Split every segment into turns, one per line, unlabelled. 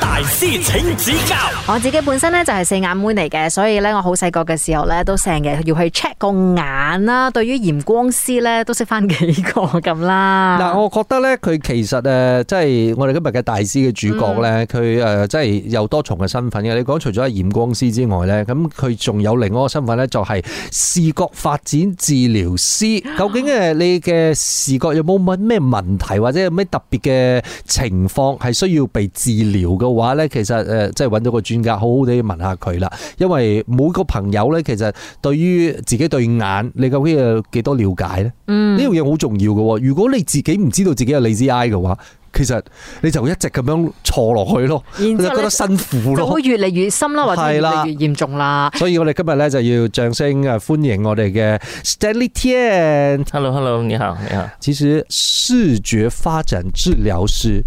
大師請指教
我自己本身咧就係四眼妹嚟嘅，所以咧我好細個嘅時候咧都成日要去 check 個眼啦。對於驗光師咧都識翻幾個咁啦。
嗱，我覺得咧，佢其實誒，即係我哋今日嘅大師嘅主角咧，佢誒即係有多重嘅身份嘅。你講除咗係驗光師之外咧，咁佢仲有另外一個身份咧，就係視覺發展治療師。究竟誒你嘅視覺有冇乜咩問題，或者有咩特別嘅情況係需要被治療嘅話咧，其實誒即係揾到個專家好好地問下佢啦。因為每個朋友咧，其實對於自己對眼，你究竟有幾多了解咧？呢樣嘢好重要嘅喎。如果你自己唔知道自己有利 z I 嘅話，其實你就一直咁樣錯落去咯，
然
你
之
就
後
覺
咧
得辛
就
苦咯
會。越嚟越深啦，或者越
係啦
嚟越嚴重啦。
所以我哋今日咧就要掌聲啊歡迎我哋嘅 Stanley Tian。
Hello Hello，你好你好。
其實視覺發展治療師，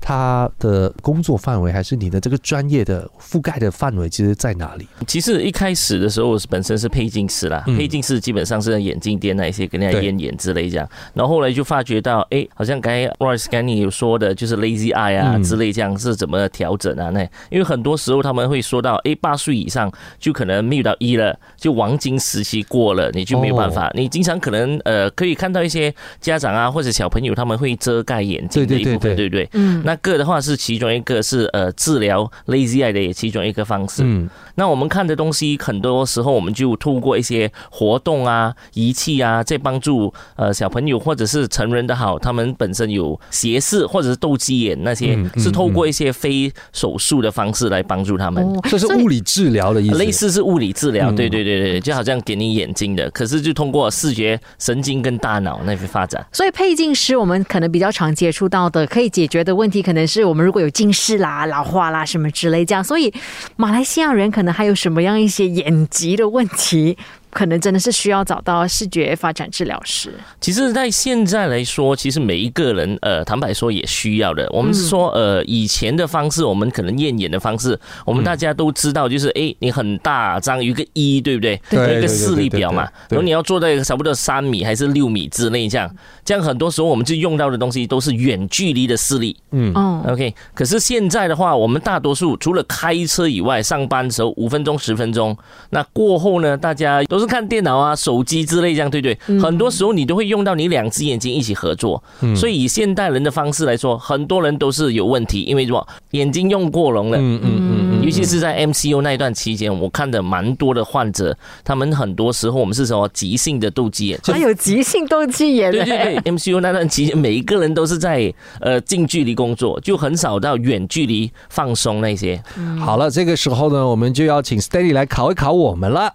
他的工作範圍還是你的這個專業的覆蓋的範圍，其實在哪裡？
其實一開始的時候，我是本身是配镜师啦，
嗯
配镜师基本上是在眼鏡店那一些给人家
對
验眼之类这样。然后后来就发觉到，哎，好像刚才 Royce 刚才你有说的，就是 lazy eye 啊
嗯
之类这样是怎么调整啊？那因为很多时候他们会说到，哎，八岁以上就可能没有到一了，就黄金时期过了，你就没有办法。你经常可能呃可以看到一些家长啊或者小朋友他们会遮盖眼睛的
對
一部
對
分，对
對
不对？
嗯，
那个的话是其中一个是呃治疗 lazy eye 的也其中一个方式。
嗯，
那我们看的东西，很多时候我们就透过一些活动啊、仪器啊，在帮助呃小朋友或者是成人的好，他们本身有斜视或者是斗鸡眼那些，
嗯嗯
是透过一些非手术的方式来帮助他们。
哦
嗯所以是物理治疗的意思。
类似是物理治疗，
嗯
对对对对，就好像给你眼睛的，可是就通过视觉神经跟大脑那边发展。
所以配镜师我们可能比较常接触到的，可以解决的问题，可能是我们如果有近视啦、老化啦什么之类这样。所以马来西亚人可能还有什么样一些眼疾的问题，可能真的是需要找到视觉发展治疗师。
其实，在现在来说，其实每一个人，呃，坦白说也需要的。我们是说，
嗯
呃，以前的方式，我们可能验眼的方式，我们大家都知道，就是诶，你很大张，有一个一，对不对？
对
有一
嗯对
个
对
视力表嘛，
对对对对
然后你要做到一个差不多三米还是六米之内，这样，这样很多时候我们就用到的东西都是远距离的视力。
嗯，
哦，
OK，可是现在的话，我们大多数除了开车以外，上班的时候五分钟、十分钟，那过后呢，大家都是看电脑啊、手机之类，这样对不对？很多时候你都会用到你两只眼睛一起合作，
嗯
所以以现代人的方式来说，很多人都是有问题，因为什么？眼睛用过容了。
嗯嗯嗯嗯，
尤其是在 MCU 那一段期间，我看的蛮多的患者，他们很多时候我们是什么急性的斗鸡眼，
还有急性斗鸡眼
对对
嘞。
对，MCU 那段期间，每一个人都是在呃近距离工作，就很少到远距离放松那些。
好了，这个时候呢，我们就要请 Stanley 来考一考我们了。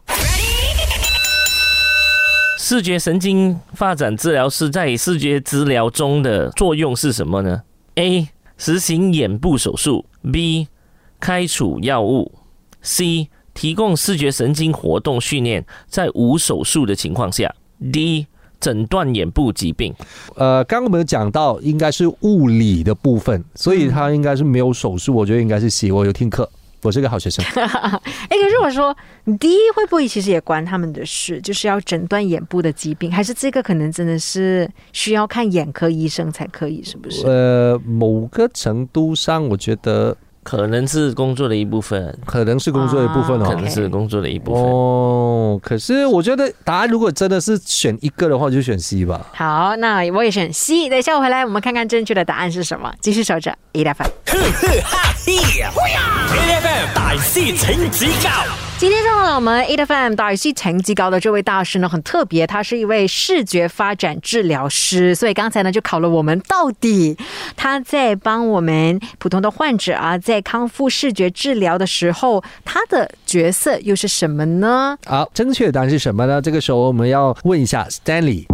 视觉神经发展治疗师在视觉治疗中的作用是什么呢？A. 实行眼部手术；B. 开除药物；C. 提供视觉神经活动训练，在无手术的情况下；D. 诊断眼部疾病。
呃，刚刚我们有讲到应该是物理的部分，所
嗯
以他应该是没有手术，我觉得应该是洗，我有听课，我是个好学生。
哎，可是我说第一会不会其实也关他们的事，就是要诊断眼部的疾病，还是这个可能真的是需要看眼科医生才可以，是不是？
呃，某个程度上，我觉得
可能是工作的一部分，
可能是工作的一部分
啊
可
哦。
能是工作的一部分。
哦，可是我觉得答案如果真的是选一个的话，就选 C 吧。
好，那我也选 C。等一下我回来，我们看看正确的答案是什么。继续守着 A 大 F。
大师请指教。
今天上了我们 A F M 大语系成绩高的这位大师呢，很特别，他是一位视觉发展治疗师，所以刚才呢就考了我们到底他在帮我们普通的患者啊，在康复视觉治疗的时候，他的角色又是什么呢？
好，正确的答案是什么呢？这个时候我们要问一下 Stanley。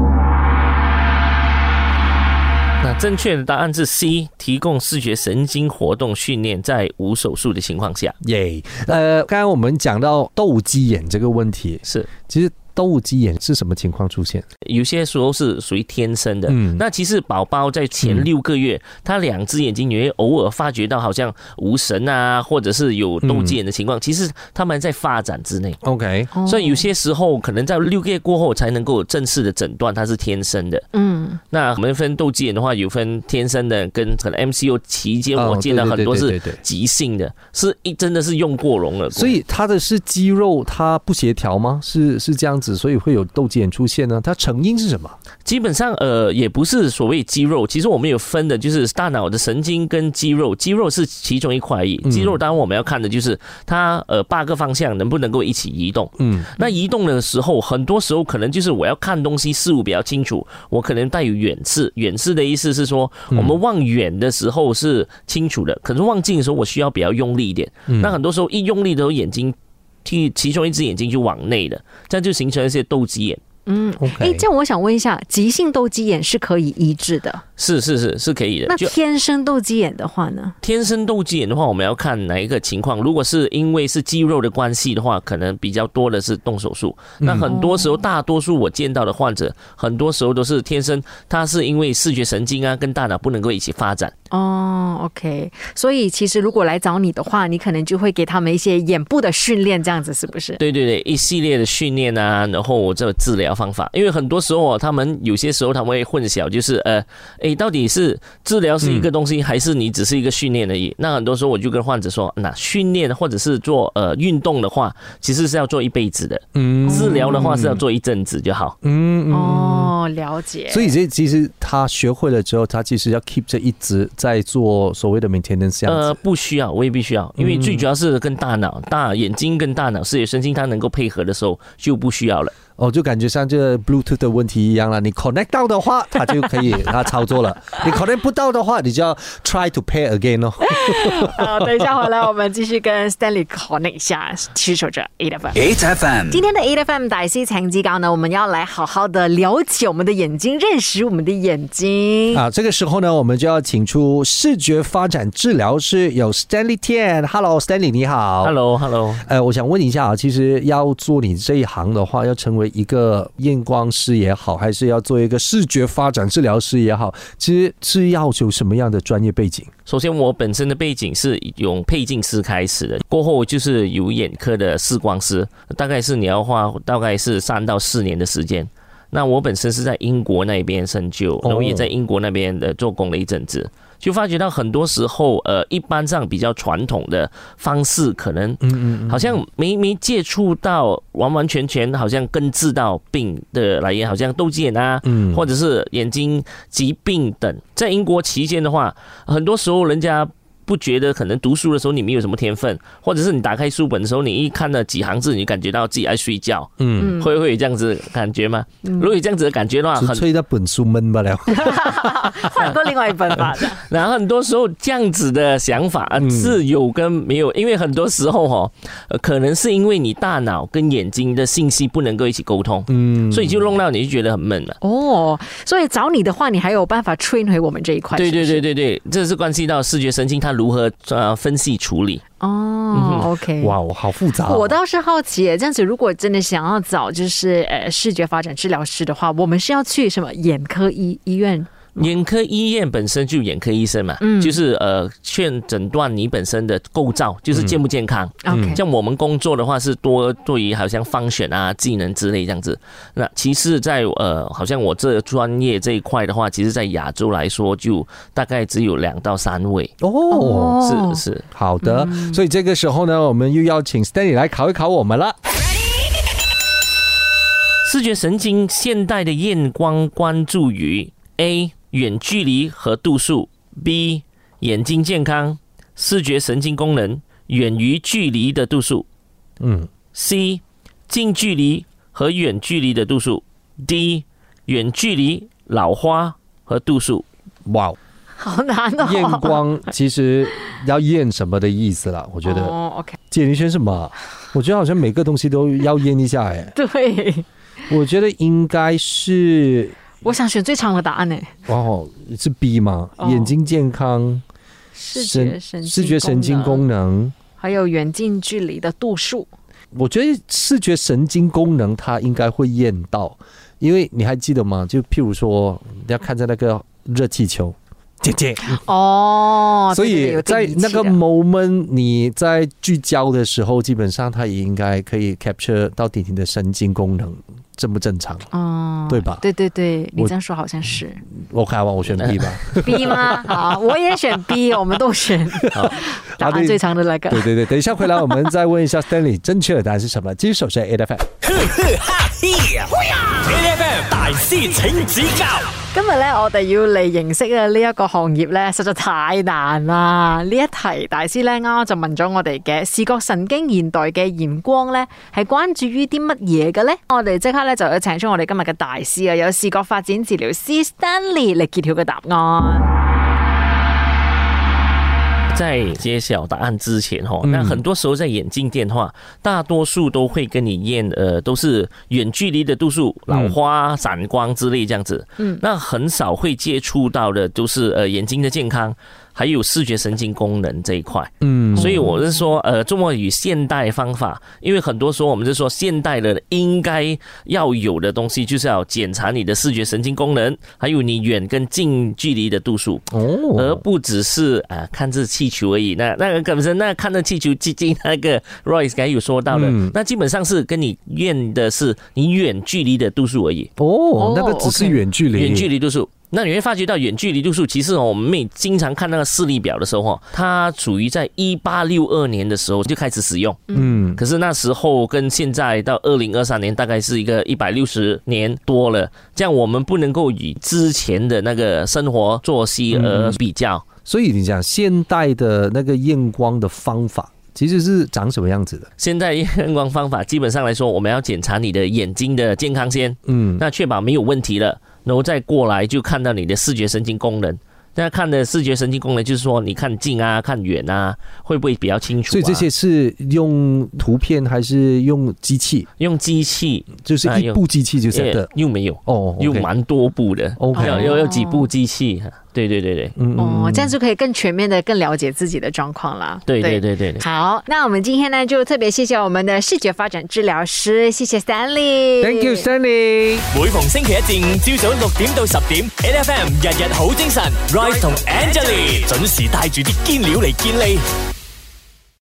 那正确的答案是 C，提供视觉神经活动训练，在无手术的情况下
耶，呃，刚刚我们讲到斗鸡眼这个问题，
是
其实斗鸡眼是什么情况出现？
有些时候是属于天生的。
嗯
那其实宝宝在前
嗯
六个月，他两只眼睛也会偶尔发觉到好像无神啊，或者是有斗鸡眼的情
嗯
况，其实他们在发展之内。
OK，
哦
所以有些时候可能在六个月过后才能够正式的诊断它是天生的。
嗯
那我们分斗鸡眼的话，有分天生的跟可能 MCO 期间，我
哦
见到
对对
很多
对
是
对对对
急性的，是一真的是用过容了。
所以他的是肌肉它不协调吗？是是这样子，所以会有斗鸡眼出现呢？它成因是什么？
基本上呃也不是所谓肌肉，其实我们有分的，就是大脑的神经跟肌肉，肌肉是其中一块而已。
嗯
肌肉当然我们要看的就是它呃八个方向能不能够一起移动。
嗯
那移动的时候，很多时候可能就是我要看东西事物比较清楚，我可能带有远视。远视的意思是说，
嗯
我们望远的时候是清楚的，可是望近的时候我需要比较用力一点。
嗯
那很多时候一用力的时候，眼睛其其中一只眼睛就往内了，这样就形成一些斗鸡眼。
嗯。哎，
OK，
这样我想问一下，急性斗鸡眼是可以医治的，
是是是是可以的。
那
就
天生斗鸡眼的话呢？
天生斗鸡眼的话，我们要看哪一个情况。如果是因为是肌肉的关系的话，可能比较多的是动手术。嗯那很多时候，大多数我见到的患者，很多时候都是天生，他是因为视觉神经啊跟大脑不能够一起发展。
哦，OK，所以其实如果来找你的话，你可能就会给他们一些眼部的训练，这样子是不是？
对对对，一系列的训练啊，然后这个治疗方法，因为很多时候啊，他们有些时候他们会混淆，就是呃，诶，到底是治疗是一个东西，还是你只是一个训练而已？那很多时候我就跟患者说，那训练或者是做呃运动的话，其实是要做一辈子的。
嗯
治疗的话是要做一阵子就好。
嗯嗯
哦，了解。
所以这其实他学会了之后，他其实要 keep 着一直在做所谓的 maintenance 这样子。
呃，不需要，未必需要，因为最主要是跟大脑、大眼睛跟大脑视觉神经它能够配合的时候就不需要了。
哦，就感觉像这个 Bluetooth 的问题一样啦，你 connect 到的话，它就可以它操作了；你 connect 不到的话，你就要 try to pay again 哦。
好，等一下回来我们继续跟 Stanley connect 一下，持守着 A F M。
8 FM.
今天的 A F M 大师成绩高呢，我们要来好好的了解我们的眼睛，认识我们的眼睛。
啊，这个时候呢，我们就要请出视觉发展治疗师有 Stanley Tian。Hello，Stanley，你好。
Hello，Hello，
呃，我想问一下啊，其实要做你这一行的话，要成为一个验光师也好，还是要做一个视觉发展治疗师也好，其实是要求什么样的专业背景？
首先我本身的背景是用配镜师开始的，过后就是有眼科的视光师，大概是你要花大概是三到四年的时间。那我本身是在英国那边深究，然后也在英国那边的做工了一阵子，就发觉到很多时候，呃，一般上比较传统的方式可能
嗯嗯
好像没没接触到完完全全，好像根治到病的来源，好像斗鸡眼啊，
嗯
或者是眼睛疾病等。在英国期间的话，很多时候人家。不觉得可能读书的时候你没有什么天分，或者是你打开书本的时候，你一看了几行字，你就感觉到自己爱睡觉，
嗯，
嗯，
会会有这样子的感觉吗？如果有这样子的感觉的话，
纯
很
粹的本书闷罢了。
换过另外一本吧。
然后很多时候这样子的想法呃
嗯
是有跟没有，因为很多时候哈、呃，可能是因为你大脑跟眼睛的信息不能够一起沟通，
嗯，
所以就弄到你就觉得很闷了。
哦，所以找你的话，你还有办法 train 回我们这一块。
对对
是不
对
是。
对对，这是关系到视觉神经它如何呃分析处理。
哦，OK。
哇，我好复杂哦、
我倒是好奇耶，这样子如果真的想要找就是呃视觉发展治疗师的话，我们是要去什么眼科医医院？
眼科医院本身就有眼科医生嘛，
嗯
就是呃劝诊断你本身的构造，就是
嗯
健不健康。
OK，、
像我们工作的话，是多对于好像方选啊、技能之类这样子。那其实在，呃，好像我这专业这一块的话，其实在亚洲来说，就大概只有两到三位。
哦。
哦
是是，
好的，
嗯
所以这个时候呢，我们又邀请 Stanley 来考一考我们了。
视觉神经现代的验光关注于 A 远距离和度数，B 眼睛健康，视觉神经功能远于距离的度数
嗯，
，C 近距离和远距离的度数，D 远距离老花和度数。
哇，哦
好难 哦。
验光其实要验什么的意思啦？我觉得
哦，OK，
解离圈什么？我觉得好像每个东西都要验一下哎。
对，
我觉得应该是
我想选最长的答案呢，
哦，是 B 嘛，
哦
眼睛健康、
视觉神
视觉神经
能
功能。
还有远近距离的度数。
我觉得视觉神经功能它应该会验到，因为你还记得吗？就譬如说，你要看在那个热气球，姐姐，
哦，
所
对对对
以
有
在
定义
那个
器的
moment 你在聚焦的时候，基本上它也应该可以 capture 到底你的神经功能正不正常。
哦，
对吧
对对对，你
我
这样说好像 是
OK 吧，我 选 B 吧。
B 吗？好，我也选 B，我们都选
好
答案最长的那个。
对对对，等一下回来我们再问一下 Stanley 正确的答案是什么。继续守在 A F M。
大师请指教
今日咧，我哋要嚟認識嘅呢一個行業咧，實在太難啦！呢一題大師咧啱啱就問咗我哋嘅視覺神經現代嘅驗光咧，係關注於啲乜嘢嘅咧？我哋即刻咧就要請出我哋今日嘅大師啊，有視覺發展治療師 Stanley 嚟揭曉嘅答案。
在揭晓答案之前哈、
嗯
那很多时候在眼镜店的话，大多数都会跟你验呃都是远距离的度数、老花、散光之类这样子。
嗯，
那很少会接触到的都是呃眼睛的健康，还有视觉神经功能这一块。
嗯
所以我是说，呃，中国语现代方法，因为很多时候我们是说现代的应该要有的东西，就是要检查你的视觉神经功能，还有你远跟近距离的度数，而
哦，
不只是啊、呃看这气球而已。那那个本身那看这气球，最近那个 Royce 刚才有说到的，
嗯
那基本上是跟你验的是你远距离的度数而已，
哦，那个只是
OK
远距离，
远距离度数。那你会发觉到远距离度数，其实哦，我们每经常看那个视力表的时候哦，它处于在一八六二年的时候就开始使用。
嗯，
可是那时候跟现在到二零二三年，大概是一个一百六十年多了。这样我们不能够以之前的那个生活作息
嗯
而比较。
所以你讲现代的那个验光的方法，其实是长什么样子的？
现在验光方法基本上来说，我们要检查你的眼睛的健康先，
嗯，
那确保没有问题了，然后再过来就看到你的视觉神经功能。那看的视觉神经功能就是说，你看近啊，看远啊，会不会比较清楚、啊？
所以这些是用图片还是用机器？
用机器
就是
啊
一
用
部机器就 set 的
呃。又没有，
哦，OK，
又蛮多部的，
OK，哦
要要要几部机器。对对对对。
嗯
哦，这样
子。
就可以更全面的、更了解自己的状况啦。
对对对对对。
好，那我们今天呢，就特别谢谢我们的视觉发展治疗师，谢谢 Stanley。
Thank you, Stanley。
每逢星期一至五朝早六點到十點，N F M 日日好精神，Rise 同 Angelie 準時帶住啲堅料嚟健利。